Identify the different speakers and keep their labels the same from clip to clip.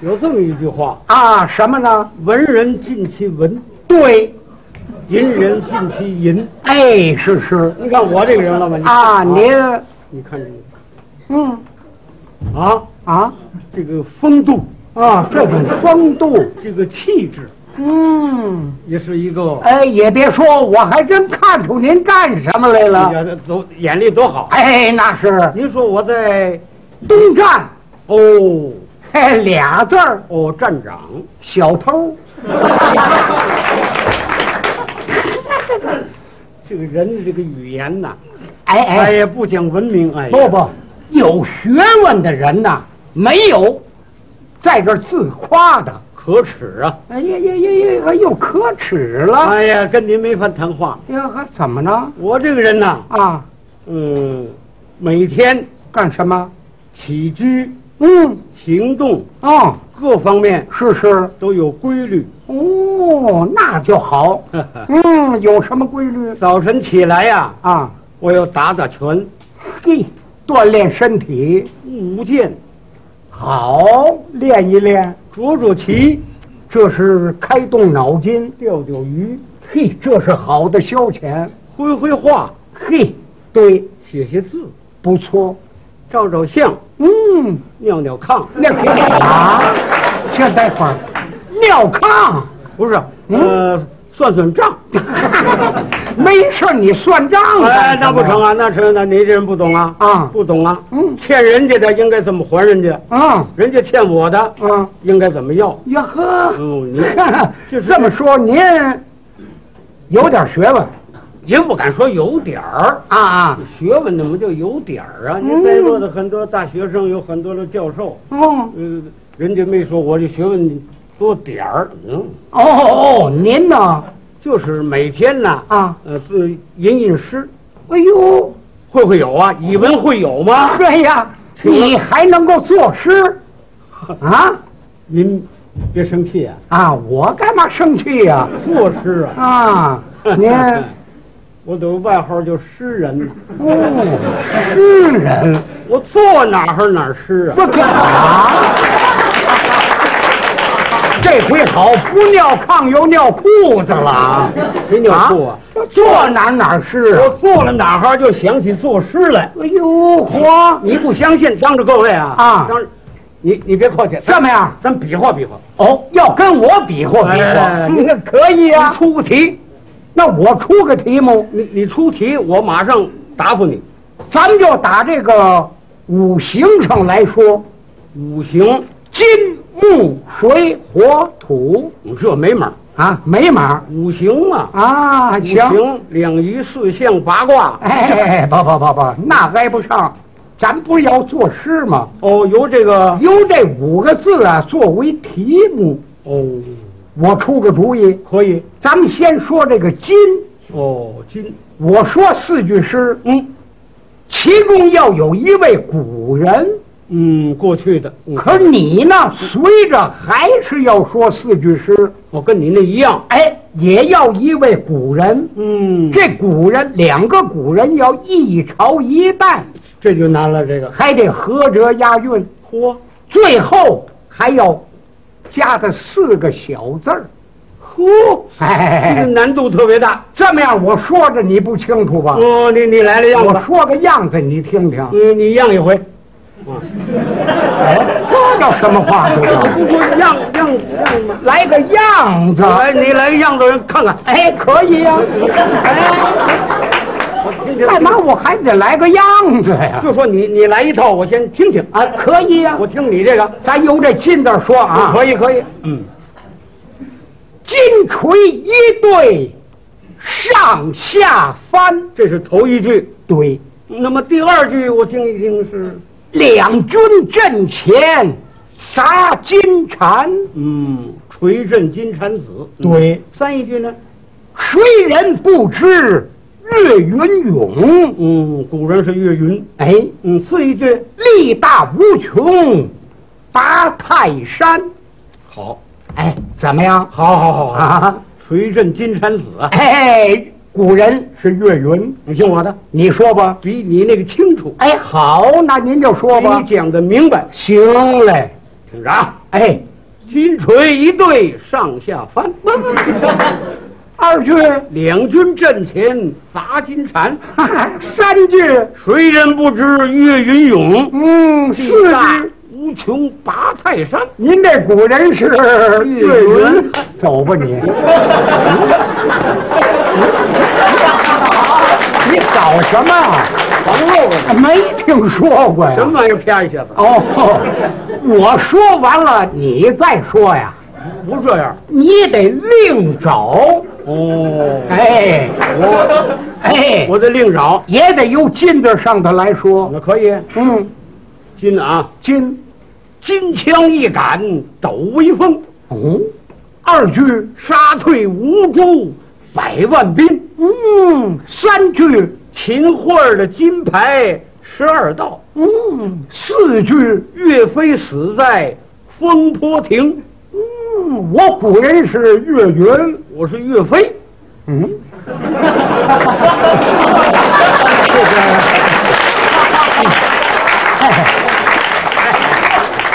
Speaker 1: 有这么一句话
Speaker 2: 啊，什么呢？：“
Speaker 1: 文人尽其文，
Speaker 2: 对，
Speaker 1: 银人尽其银。
Speaker 2: 哎，是是”
Speaker 1: 你看我这个人了吧？你
Speaker 2: 啊，您
Speaker 1: 你看这个
Speaker 2: 嗯
Speaker 1: 啊，
Speaker 2: 啊
Speaker 1: 这个风度，
Speaker 2: 啊，这种风度，
Speaker 1: 这个气质，
Speaker 2: 嗯，
Speaker 1: 也是一个。
Speaker 2: 哎，也别说，我还真看出您干什么来
Speaker 1: 你
Speaker 2: 了。
Speaker 1: 看他走眼力多好。
Speaker 2: 哎，那是
Speaker 1: 您说我在
Speaker 2: 东站，
Speaker 1: 哦
Speaker 2: 嘿，俩字儿，
Speaker 1: 哦站长，
Speaker 2: 小偷。
Speaker 1: 这个人的这个语言呐，
Speaker 2: 哎
Speaker 1: 哎
Speaker 2: 哎，
Speaker 1: 呀不讲文明，哎呀
Speaker 2: 不不，有学问的人呐，没有在这儿自夸的。
Speaker 1: 可耻啊！
Speaker 2: 哎呀呀呀呀，又可耻了。哎
Speaker 1: 哎呀，跟您没法谈话。
Speaker 2: 呀，还怎么呢？
Speaker 1: 我这个人呐，
Speaker 2: 啊，
Speaker 1: 嗯，每天
Speaker 2: 干什么？
Speaker 1: 起居、
Speaker 2: 嗯，
Speaker 1: 行动
Speaker 2: 哦，
Speaker 1: 各方面
Speaker 2: 是是，
Speaker 1: 都有规律。
Speaker 2: 哦，那 就好。嗯，有什么规律
Speaker 1: 早晨起来呀、
Speaker 2: 啊？
Speaker 1: 我要打打拳，
Speaker 2: 嘿，锻炼身体，
Speaker 1: 舞剑，
Speaker 2: 好练一练，
Speaker 1: 捉捉棋，
Speaker 2: 这是开动脑筋。
Speaker 1: 钓钓鱼，
Speaker 2: 嘿，这是好的消遣。
Speaker 1: 绘绘画，
Speaker 2: 嘿，对，
Speaker 1: 写写字，
Speaker 2: 不错。
Speaker 1: 照照相，
Speaker 2: 嗯，
Speaker 1: 尿尿炕。
Speaker 2: 那可以啊。先待会儿，尿炕。
Speaker 1: 不是，呃，算算 账。
Speaker 2: 没事儿，你算账
Speaker 1: 哎，
Speaker 2: 干什
Speaker 1: 那不
Speaker 2: 么呀
Speaker 1: 成啊，那成，那你这人不懂啊，
Speaker 2: 啊
Speaker 1: 不懂啊，
Speaker 2: 嗯
Speaker 1: 欠人家的应该怎么还人家？
Speaker 2: 啊
Speaker 1: 人家欠我的，
Speaker 2: 啊！
Speaker 1: 应该怎么要？
Speaker 2: 呀呵，
Speaker 1: 嗯，你 就是
Speaker 2: 这么说，您有点学问
Speaker 1: 也不敢说有点儿。
Speaker 2: 啊啊！
Speaker 1: 学问怎么就有点儿啊？您在座的很多大学生，有很多的教授，
Speaker 2: 哦
Speaker 1: 呃，人家没说我这学问多点儿，嗯，
Speaker 2: 哦哦，您呢？
Speaker 1: 就是每天呢，
Speaker 2: 啊，
Speaker 1: 呃，自吟吟诗，
Speaker 2: 哎呦，
Speaker 1: 会会有
Speaker 2: 哦
Speaker 1: 啊，以文会友吗？
Speaker 2: 哎呀，你还能够作诗啊
Speaker 1: 您别生气啊，
Speaker 2: 啊！我干嘛生气呀、
Speaker 1: 作诗啊，
Speaker 2: 啊？ 您
Speaker 1: 我有个外号叫诗人呢，
Speaker 2: 哦，诗人
Speaker 1: 我坐哪儿哪儿诗啊，
Speaker 2: 不可啊！这回好，不尿炕又尿裤子了啊。
Speaker 1: 谁尿裤啊？
Speaker 2: 坐哪儿哪儿是啊
Speaker 1: 我？坐了哪哈就想起作诗来，
Speaker 2: 哎呦嚯！
Speaker 1: 你不相信，当着各位啊，
Speaker 2: 啊
Speaker 1: 当着，你你别客气，
Speaker 2: 这么样
Speaker 1: 咱比划比划，
Speaker 2: 哦，要跟我比划比
Speaker 1: 哎
Speaker 2: 划，那可以
Speaker 1: 你
Speaker 2: 呀。
Speaker 1: 出个题，
Speaker 2: 那我出个题目，
Speaker 1: 你你出题，我马上答复你。
Speaker 2: 咱们就打这个五行上来说，
Speaker 1: 五行，
Speaker 2: 金木水火土
Speaker 1: 你这没门儿
Speaker 2: 啊，没码
Speaker 1: 五行嘛，
Speaker 2: 啊，
Speaker 1: 五
Speaker 2: 行。
Speaker 1: 行两仪四象八卦，
Speaker 2: 哎，不不不不，那挨不上。咱不是要作诗吗？
Speaker 1: 哦，由这个
Speaker 2: 由这五个字啊作为题目，
Speaker 1: 哦，
Speaker 2: 我出个主意。
Speaker 1: 可以
Speaker 2: 咱们先说这个金，
Speaker 1: 哦，金，
Speaker 2: 我说四句诗，
Speaker 1: 嗯
Speaker 2: 其中要有一位古人，
Speaker 1: 嗯，过去的，嗯
Speaker 2: 可你呢，随着还是要说四句诗，
Speaker 1: 我跟你那一样，
Speaker 2: 哎，也要一位古人。
Speaker 1: 嗯，
Speaker 2: 这古人两个古人要一朝一代，
Speaker 1: 这就难了，这个
Speaker 2: 还得合辙押韵，
Speaker 1: 嚯，
Speaker 2: 最后还要加的四个小字儿。
Speaker 1: 嚯，这个
Speaker 2: 哎，
Speaker 1: 难度特别大。
Speaker 2: 这么样我说着你不清楚吧？
Speaker 1: 哦，你你来了样嗯
Speaker 2: 我
Speaker 1: 子，
Speaker 2: 说个样子你听听，
Speaker 1: 你你样一回，
Speaker 2: 哎这叫什么话？这叫
Speaker 1: 不说样样样嘛，
Speaker 2: 来个样子。
Speaker 1: 来你来个样子，看看。
Speaker 2: 哎，可以呀、哎，干嘛我还得来个样子呀？
Speaker 1: 就说你你来一套，我先听听，
Speaker 2: 啊，可以呀、
Speaker 1: 我听你这个，
Speaker 2: 咱由这金字说啊，
Speaker 1: 可以可以，嗯，
Speaker 2: 金锤一对，上下翻
Speaker 1: 这是头一句。
Speaker 2: 堆，
Speaker 1: 那么第二句我听一听是，
Speaker 2: 两军阵前砸金蝉，
Speaker 1: 嗯，锤震金蝉子。
Speaker 2: 对，
Speaker 1: 三一句呢？
Speaker 2: 谁人不知岳云勇？
Speaker 1: 嗯，古人是岳云。
Speaker 2: 哎，
Speaker 1: 嗯，四一句
Speaker 2: 力大无穷，拔泰山。
Speaker 1: 好，
Speaker 2: 哎，怎么样？
Speaker 1: 好，好，好啊！
Speaker 2: 啊，
Speaker 1: 锤震金蝉子啊，
Speaker 2: 哎，古人是岳云，
Speaker 1: 你听我的，
Speaker 2: 你说吧。
Speaker 1: 比你那个清楚，
Speaker 2: 哎，好，那您就说
Speaker 1: 比
Speaker 2: 吧
Speaker 1: 你。讲的明白。
Speaker 2: 行嘞，
Speaker 1: 听着啊，
Speaker 2: 哎，
Speaker 1: 金锤一对上下翻，
Speaker 2: 二句，
Speaker 1: 两军阵前砸金蝉，
Speaker 2: 哈哈，三句，
Speaker 1: 谁人不知岳云勇？
Speaker 2: 嗯，四
Speaker 1: 四大
Speaker 2: 句。
Speaker 1: 无穷拔泰山。
Speaker 2: 您这古人是岳云，走吧 你！你搞什么啊？
Speaker 1: 王漏了，
Speaker 2: 没听说过呀
Speaker 1: 什？么玩意儿啪一下子？
Speaker 2: 哦，我说完了，你再说呀？
Speaker 1: 不这样。
Speaker 2: 你得另找。
Speaker 1: 哦，
Speaker 2: 哎，我，哎，
Speaker 1: 我得另找。
Speaker 2: 也得由金子上头来说。
Speaker 1: 那可以，
Speaker 2: 嗯，
Speaker 1: 金啊，
Speaker 2: 金，
Speaker 1: 金枪易杆抖威风，
Speaker 2: 哦，二句，
Speaker 1: 杀退吴州百万兵。
Speaker 2: 嗯，三句，
Speaker 1: 秦桧的金牌十二道，
Speaker 2: 嗯，四句，
Speaker 1: 岳飞死在风波亭。
Speaker 2: 嗯，我古人是岳云，
Speaker 1: 我是岳飞，
Speaker 2: 嗯，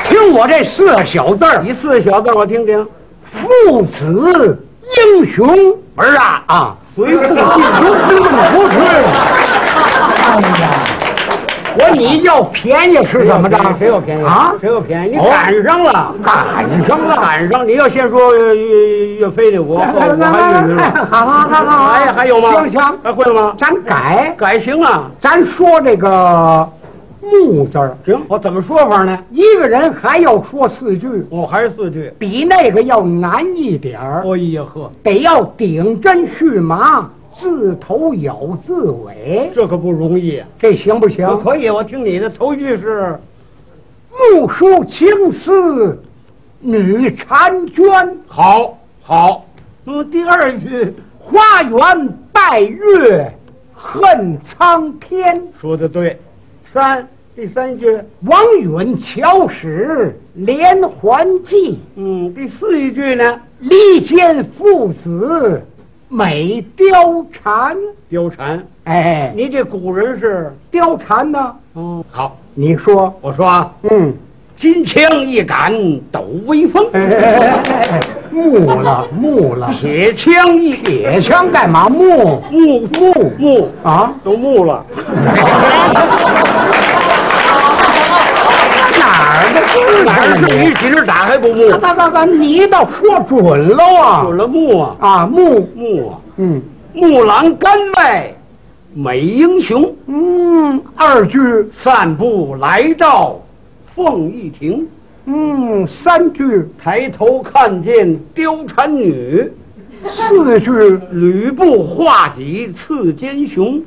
Speaker 2: 听我这四个小字儿
Speaker 1: 你，四小字我听听。
Speaker 2: 父子英雄
Speaker 1: 儿啊啊，
Speaker 2: 啊，
Speaker 1: 随父进
Speaker 2: 不是不是。哎呀，我你要便宜是怎么着？
Speaker 1: 谁有便宜
Speaker 2: 啊？
Speaker 1: 谁有便宜？你
Speaker 2: 哦
Speaker 1: 赶上了，
Speaker 2: 赶上了？
Speaker 1: 赶上！你要先说呃岳岳岳飞的，我我
Speaker 2: 来来
Speaker 1: 我
Speaker 2: 来
Speaker 1: 哎还
Speaker 2: 来
Speaker 1: 岳
Speaker 2: 来，
Speaker 1: 云。
Speaker 2: 好好好好，
Speaker 1: 哎呀，还有吗？
Speaker 2: 行行，
Speaker 1: 还会吗？
Speaker 2: 咱改，
Speaker 1: 改行啊，
Speaker 2: 咱说这个木字儿，
Speaker 1: 行。我怎么说法呢？
Speaker 2: 一个人还要说四句，
Speaker 1: 我还是四句。
Speaker 2: 比那个要难一点儿，
Speaker 1: 哎呀呵，
Speaker 2: 得要顶针续麻，自头咬自尾，
Speaker 1: 这可不容易啊。
Speaker 2: 这行不行？
Speaker 1: 我可以，我听你的。头一句是
Speaker 2: 木梳青丝，女婵娟，
Speaker 1: 好，好。那么嗯第二句
Speaker 2: 花园拜月，恨苍天。
Speaker 1: 说的对，三第三句，
Speaker 2: 王允巧使连环计，
Speaker 1: 嗯，第四一句呢？
Speaker 2: 离间父子美貂蝉。
Speaker 1: 貂蝉，
Speaker 2: 哎，
Speaker 1: 你这古人是，
Speaker 2: 貂蝉呢？
Speaker 1: 嗯，好，
Speaker 2: 你说，
Speaker 1: 我说啊，
Speaker 2: 嗯，
Speaker 1: 金枪一杆抖威风，
Speaker 2: 木了木了，
Speaker 1: 铁枪一
Speaker 2: 铁枪干嘛木
Speaker 1: 木木木
Speaker 2: 啊？
Speaker 1: 都木了，
Speaker 2: 哪儿的事儿啊
Speaker 1: 哪儿是
Speaker 2: 你
Speaker 1: 你几只打还不木？
Speaker 2: 大大大，你倒说准喽
Speaker 1: 有
Speaker 2: 啊！
Speaker 1: 了木啊，
Speaker 2: 啊，木，
Speaker 1: 木啊，
Speaker 2: 嗯
Speaker 1: 木兰杆外美英雄，
Speaker 2: 嗯，二句，
Speaker 1: 散步来到凤翼亭，
Speaker 2: 嗯，三句，
Speaker 1: 抬头看见貂蝉女，
Speaker 2: 四句，
Speaker 1: 吕布画戟刺奸 雄。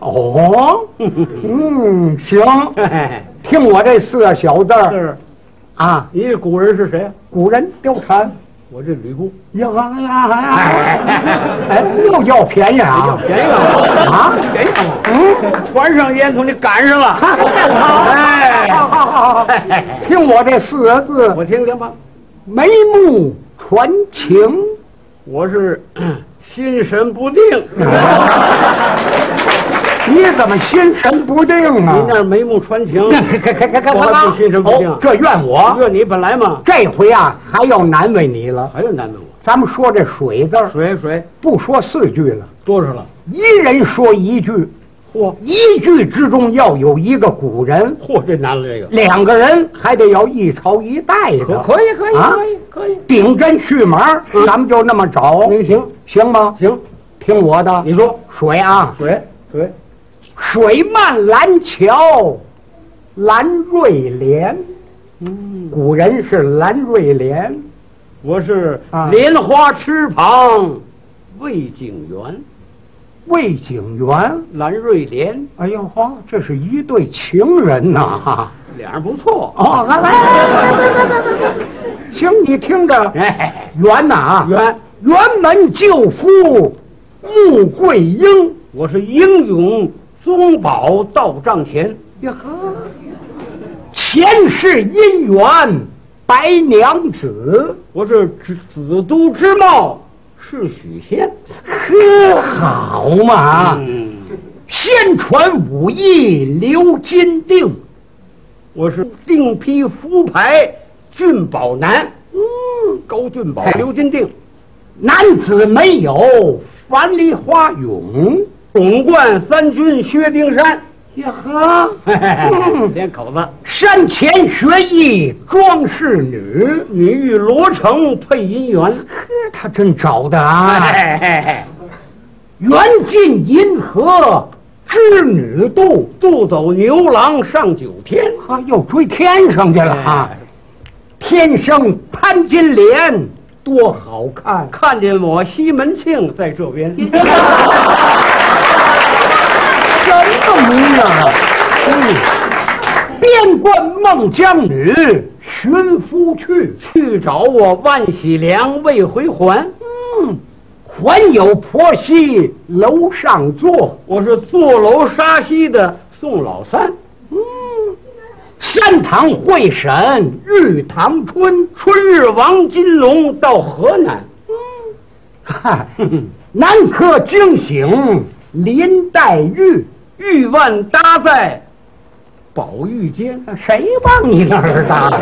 Speaker 2: 哦，嗯，行，
Speaker 1: 嘿嘿
Speaker 2: 听我这四个小字
Speaker 1: 嘿
Speaker 2: 儿
Speaker 1: 是，
Speaker 2: 啊，
Speaker 1: 你这古人是谁啊？
Speaker 2: 古人貂蝉，
Speaker 1: 我这吕布，
Speaker 2: 呀哎，又要便宜啊
Speaker 1: 便宜了，
Speaker 2: 啊！
Speaker 1: 便宜了。嗯，传上烟囱，你赶上了。哎，
Speaker 2: 好好好好，听我这四个字：
Speaker 1: 我听听吧。
Speaker 2: 眉目传情。
Speaker 1: 我是 咳心神不定，
Speaker 2: 你怎么心神不定
Speaker 1: 您
Speaker 2: 啊？
Speaker 1: 那儿眉目传情，
Speaker 2: 看看看看
Speaker 1: 我还不心神不定
Speaker 2: 这怨我。
Speaker 1: 怨你本来嘛，
Speaker 2: 这回啊，还要难为你了。
Speaker 1: 还有难为我。
Speaker 2: 咱们说这水字儿，
Speaker 1: 水水
Speaker 2: 不说四句了，
Speaker 1: 多少了？
Speaker 2: 一人说一句，
Speaker 1: 嚯
Speaker 2: 一句之中要有一个古人，
Speaker 1: 嚯，这难了这个。
Speaker 2: 两个人还得要一朝一代
Speaker 1: 可
Speaker 2: 的。
Speaker 1: 可以可以
Speaker 2: 啊
Speaker 1: 可以可以，
Speaker 2: 顶针续麻，咱们就那么找，
Speaker 1: 那行
Speaker 2: 行吗？
Speaker 1: 行，
Speaker 2: 听我的，
Speaker 1: 你说
Speaker 2: 水啊，
Speaker 1: 水水
Speaker 2: 水漫兰桥，兰瑞莲。古人是兰瑞莲，
Speaker 1: 我是
Speaker 2: 啊
Speaker 1: 莲花池旁魏景元，
Speaker 2: 魏景元。
Speaker 1: 蓝瑞莲，
Speaker 2: 哎呦呵，这是一对情人呐！哈
Speaker 1: 脸上不错。
Speaker 2: 哦，来来来来来来来来，行，你听着，
Speaker 1: 哎，
Speaker 2: 元呐啊，
Speaker 1: 元，
Speaker 2: 辕门救夫穆桂英。
Speaker 1: 我是英勇宗保到帐前，
Speaker 2: 呀呵，前世姻缘白娘子，
Speaker 1: 我是子子都之貌是许仙。
Speaker 2: 呵好嘛！
Speaker 1: 嗯，
Speaker 2: 先传武艺留金定，
Speaker 1: 我是定批夫牌俊宝男，嗯高俊宝
Speaker 2: 哎、
Speaker 1: 刘金定、
Speaker 2: 男子没有樊梨花勇。
Speaker 1: 董冠三军薛丁山，
Speaker 2: 呀呵，
Speaker 1: 嘿嘿嘿 连口子。
Speaker 2: 山前学艺装饰女，
Speaker 1: 你与罗成配姻 缘，
Speaker 2: 呵，他真找的啊！
Speaker 1: 哎嘿嘿，
Speaker 2: 缘尽银河织女渡，
Speaker 1: 渡走牛郎上九天。
Speaker 2: 呵，又追天上
Speaker 1: 哎
Speaker 2: 去了啊！天生潘金莲多好 看，
Speaker 1: 看见我西门庆在这边，
Speaker 2: 什么模样啊？嗯，边关孟姜女寻夫去，
Speaker 1: 去找我万喜良未回还。
Speaker 2: 还有婆媳楼上坐。
Speaker 1: 我是坐楼杀西的宋老三，
Speaker 2: 山堂会审玉堂春，
Speaker 1: 春日王金龙到河南，
Speaker 2: 哈，南柯惊醒林黛玉，
Speaker 1: 玉腕搭在宝玉间，
Speaker 2: 谁往你那儿搭了？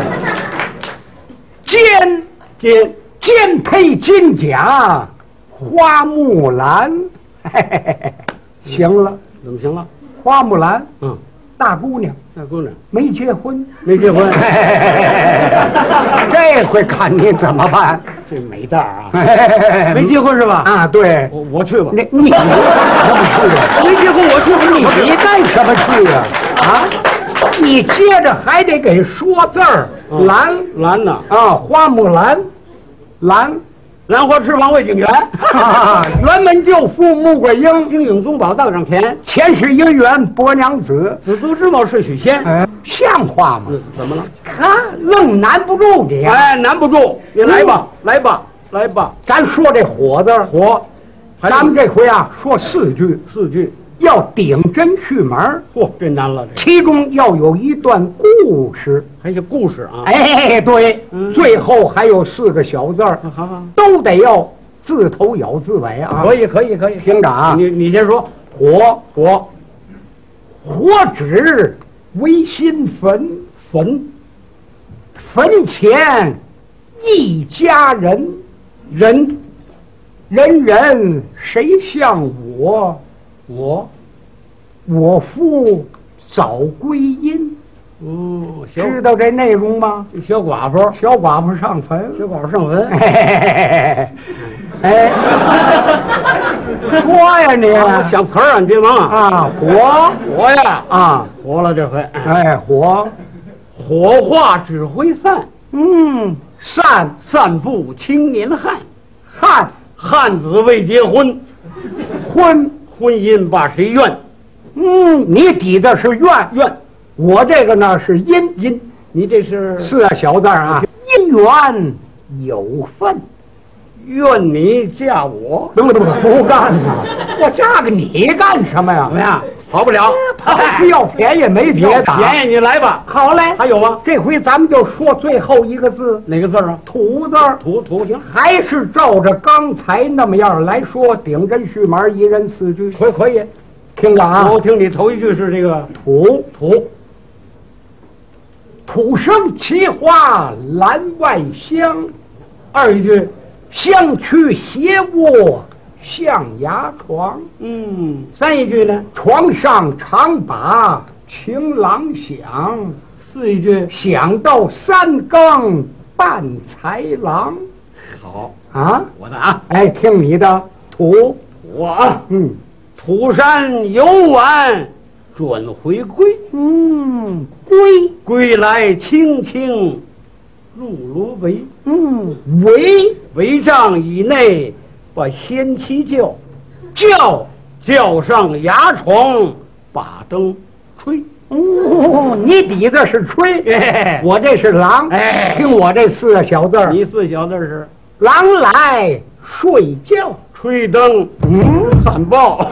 Speaker 2: 肩
Speaker 1: 间
Speaker 2: 肩配金甲花木兰， 嘿嘿嘿嘿行了，
Speaker 1: 怎么行了？
Speaker 2: 花木兰
Speaker 1: 嗯，
Speaker 2: 大姑娘
Speaker 1: 那姑娘
Speaker 2: 没结婚，
Speaker 1: 没结婚，
Speaker 2: 这回看你怎么办？
Speaker 1: 这没蛋儿啊，
Speaker 2: 嘿嘿嘿嘿
Speaker 1: 没结婚是吧？
Speaker 2: 啊，对，
Speaker 1: 我我去吧，
Speaker 2: 你你什么去啊？
Speaker 1: 没结婚我去吧， 我去
Speaker 2: 你干什么去呀、啊？你接着还得给说字儿，
Speaker 1: 嗯
Speaker 2: 兰
Speaker 1: 兰呐，
Speaker 2: 啊，花木兰，兰，
Speaker 1: 兰花池王卫景元，
Speaker 2: 啊，辕门救父穆桂英，
Speaker 1: 英勇宗保荡上前，
Speaker 2: 前世姻缘伯娘子，
Speaker 1: 子足之谋是许仙。嗯
Speaker 2: 哎，像话吗？
Speaker 1: 怎么了？
Speaker 2: 他愣难不住你啊呀、
Speaker 1: 哎，嗯难不住，你来吧，来吧，来吧，
Speaker 2: 咱说这火字儿，
Speaker 1: 火，还
Speaker 2: 咱们
Speaker 1: 有
Speaker 2: 这回啊说四句，
Speaker 1: 四句，
Speaker 2: 要顶真续门儿，
Speaker 1: 嚯，这难了，这
Speaker 2: 其中要有一段故事。
Speaker 1: 还有故事啊。
Speaker 2: 哎，对，啊最后还有四个小字儿，
Speaker 1: 好好，
Speaker 2: 都得要自头咬自尾啊！
Speaker 1: 可以，可以，可以。
Speaker 2: 听着啊，
Speaker 1: 你你先说，
Speaker 2: 火
Speaker 1: 火
Speaker 2: 火纸为心焚，
Speaker 1: 坟
Speaker 2: 坟前一家人，
Speaker 1: 人，
Speaker 2: 人人谁像我？
Speaker 1: 我，
Speaker 2: 我夫早归阴，
Speaker 1: 哦，小
Speaker 2: 知道这内容吗？
Speaker 1: 小寡妇，
Speaker 2: 小寡妇上坟，
Speaker 1: 小寡妇上坟，
Speaker 2: 哎，说呀你
Speaker 1: 我想词儿啊，你别忙啊。
Speaker 2: 啊，火
Speaker 1: 火呀，
Speaker 2: 啊，
Speaker 1: 火了这回，
Speaker 2: 哎，火，
Speaker 1: 火化指挥散，
Speaker 2: 嗯，善
Speaker 1: 散布青年汉，
Speaker 2: 汉
Speaker 1: 汉子未结婚，
Speaker 2: 昏，
Speaker 1: 婚姻把谁怨？
Speaker 2: 嗯，你抵的是怨，
Speaker 1: 怨，
Speaker 2: 我这个呢是因，
Speaker 1: 因，你这是
Speaker 2: 四个小字儿啊，姻缘有份，
Speaker 1: 怨你嫁我，
Speaker 2: 不不不，不干呐，我嫁给你干什么呀
Speaker 1: 怎么？样？跑不了，
Speaker 2: 他要便宜没别的，
Speaker 1: 哎便宜你来吧。
Speaker 2: 好嘞，
Speaker 1: 还有吗？
Speaker 2: 这回咱们就说最后一个字
Speaker 1: 哪个字儿啊
Speaker 2: “？土”字儿。
Speaker 1: 图图行，
Speaker 2: 还是照着刚才那么样来说，顶针续麻，一人四句。
Speaker 1: 可以可以。
Speaker 2: 听着啊，
Speaker 1: 我听你头一句是这个
Speaker 2: 土
Speaker 1: 土，
Speaker 2: 土生奇花栏外香，
Speaker 1: 二一句，
Speaker 2: 香去斜卧象牙床，
Speaker 1: 嗯，三一句呢，
Speaker 2: 床上常把情郎想，
Speaker 1: 四一句
Speaker 2: 想到三更伴豺狼
Speaker 1: 好，
Speaker 2: 啊！
Speaker 1: 我的啊，
Speaker 2: 哎，听你的土，
Speaker 1: 我啊，
Speaker 2: 嗯
Speaker 1: 土山游玩准回归，
Speaker 2: 嗯，龟
Speaker 1: 归来青青入罗围，
Speaker 2: 嗯为
Speaker 1: 帷帐以内把仙妻叫，
Speaker 2: 叫。
Speaker 1: 叫上牙床把灯吹，
Speaker 2: 哦，你底子是吹，
Speaker 1: 哎
Speaker 2: 我这是狼。
Speaker 1: 哎
Speaker 2: 听我这四个小字儿，
Speaker 1: 你四小字儿是
Speaker 2: 狼来睡觉。
Speaker 1: 吹灯
Speaker 2: 嗯，
Speaker 1: 喊报。